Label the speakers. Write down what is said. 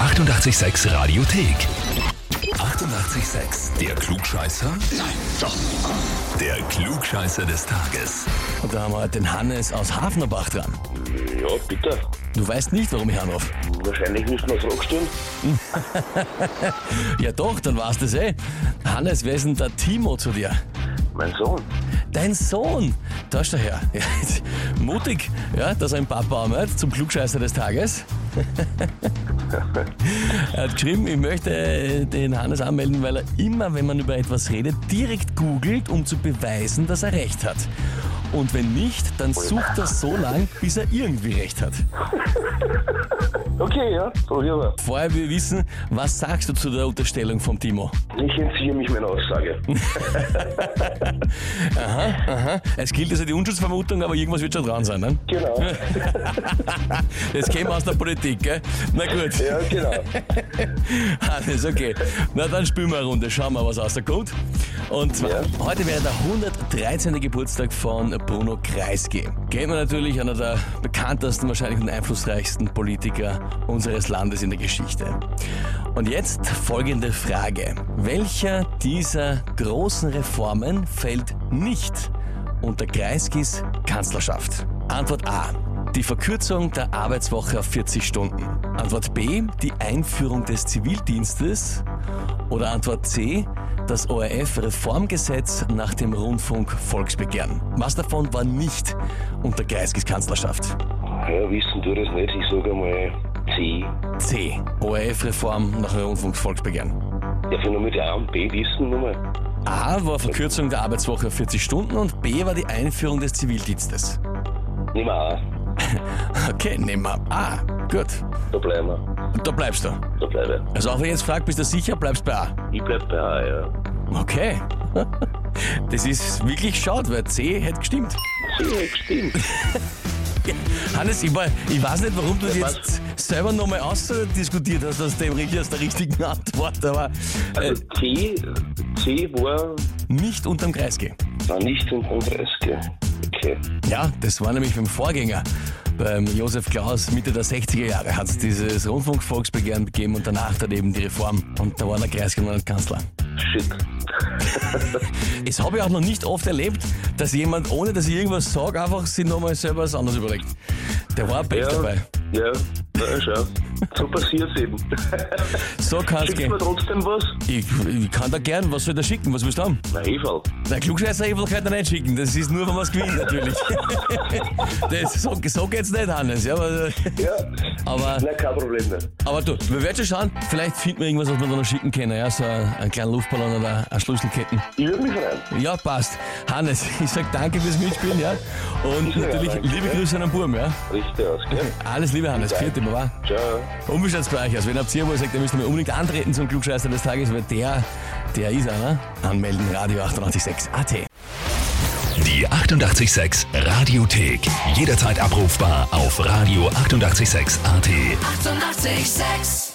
Speaker 1: 886 Radiothek. 88,6. Der Klugscheißer? Nein, doch. Der Klugscheißer des Tages.
Speaker 2: Und da haben wir den Hannes aus Hafnerbach dran.
Speaker 3: Ja, bitte.
Speaker 2: Du weißt nicht, warum ich anrufe.
Speaker 3: Wahrscheinlich müssen wir es rockstellen.
Speaker 2: Ja doch, dann war's das eh. Hannes, wer ist denn der Timo zu dir?
Speaker 3: Mein Sohn.
Speaker 2: Dein Sohn! Da ist er her. Ja, mutig, ja, dass er einen Papa anmeldet zum Klugscheißer des Tages. er hat geschrieben, ich möchte den Hannes anmelden, weil er immer, wenn man über etwas redet, direkt googelt, um zu beweisen, dass er recht hat. Und wenn nicht, dann sucht er so lang, bis er irgendwie recht hat.
Speaker 3: Okay, ja, probieren wir.
Speaker 2: Vorher will ich wissen, was sagst du zu der Unterstellung vom Timo?
Speaker 3: Ich entziehe mich meiner Aussage.
Speaker 2: Aha, es gilt also die Unschuldsvermutung, aber irgendwas wird schon dran sein, ne?
Speaker 3: Genau.
Speaker 2: Das käme aus der Politik, gell? Na gut.
Speaker 3: Ja, genau.
Speaker 2: Alles Ah, okay. Na dann spielen wir eine Runde, schauen wir, was rauskommt. Und zwar,
Speaker 3: Ja.
Speaker 2: heute wäre der 113. Geburtstag von Bruno Kreisky. Kennt man natürlich, einer der bekanntesten, wahrscheinlich und einflussreichsten Politiker unseres Landes in der Geschichte. Und jetzt folgende Frage. Welcher dieser großen Reformen fällt nicht unter Kreiskys Kanzlerschaft? Antwort A. Die Verkürzung der Arbeitswoche auf 40 Stunden. Antwort B. Die Einführung des Zivildienstes. Oder Antwort C. Das ORF-Reformgesetz nach dem Rundfunk-Volksbegehren. Was davon war nicht unter Kreiskys Kanzlerschaft?
Speaker 3: Ja, wissen du das nicht? Ich sage einmal C.
Speaker 2: C. ORF-Reform nach dem Rundfunk-Volksbegehren.
Speaker 3: Darf ich noch mit A und B wissen nochmal?
Speaker 2: A war Verkürzung der Arbeitswoche auf 40 Stunden und B war die Einführung des Zivildienstes.
Speaker 3: Nimm mal A.
Speaker 2: Okay, nehmen wir A. Gut,
Speaker 3: Da bleiben wir.
Speaker 2: da bleibst du.
Speaker 3: Da bleibe
Speaker 2: Also auch wenn ich jetzt fragt, bist du sicher, bleibst bei A.
Speaker 3: ich. Ich bleib bei A, ja.
Speaker 2: Okay. Das ist wirklich schade, weil C hätte gestimmt.
Speaker 3: C hat gestimmt.
Speaker 2: Hannes, ich, war, ich weiß nicht, warum du das
Speaker 3: was?
Speaker 2: jetzt selber nochmal ausdiskutiert äh, hast aus, dem, aus der richtigen Antwort, aber äh,
Speaker 3: Also C, C war
Speaker 2: nicht unterm Kreis gehen.
Speaker 3: war nicht im Kongress, gell? Okay.
Speaker 2: Ja, das war nämlich beim Vorgänger. Beim Josef Klaus Mitte der 60er Jahre hat es dieses Rundfunkvolksbegehren gegeben und danach dann eben die Reform. Und da war der Kreis genannt Kanzler.
Speaker 3: Shit.
Speaker 2: Es habe ich auch noch nicht oft erlebt, dass jemand, ohne dass ich irgendwas sage, einfach sich nochmal selber was anderes überlegt. Der war ein Pech
Speaker 3: Ja.
Speaker 2: dabei.
Speaker 3: Ja, na schau. So passiert's eben.
Speaker 2: So kann's
Speaker 3: Schickt
Speaker 2: gehen.
Speaker 3: mir trotzdem was?
Speaker 2: Ich, ich kann da gern, was soll der schicken? Was willst du haben?
Speaker 3: Na, Eva.
Speaker 2: Der Klugscheißer Evil kann da nicht schicken, das ist nur, wenn man es gewinnt, natürlich. das, so, so geht's nicht, Hannes. Ja, aber,
Speaker 3: Ja.
Speaker 2: aber
Speaker 3: Na, kein Problem mehr.
Speaker 2: Aber du, wir werden schon schauen, vielleicht finden wir irgendwas, was wir da noch schicken können. Ja, so ein- einen kleinen Luftballon oder eine Schlüsselketten.
Speaker 3: Ich würde mich freuen.
Speaker 2: Ja, passt. Hannes, ich sag danke fürs Mitspielen, ja. Und
Speaker 3: Ja,
Speaker 2: natürlich
Speaker 3: danke.
Speaker 2: liebe Grüße an den Burm, ja.
Speaker 3: Richtig aus, gell?
Speaker 2: Alles Liebe, Hannes. Vierte Mal.
Speaker 3: Ciao.
Speaker 2: Unbestandsbereich. Also wenn ihr Zierwohl sagt, ihr müsst mir unbedingt antreten zum Klugscheißer des Tages, weil der, der ist einer. Anmelden, Radio 886 AT.
Speaker 1: Die 88,6 Radiothek. Jederzeit abrufbar auf radio886.at. 88,6.
Speaker 4: Eighty-eight, sex.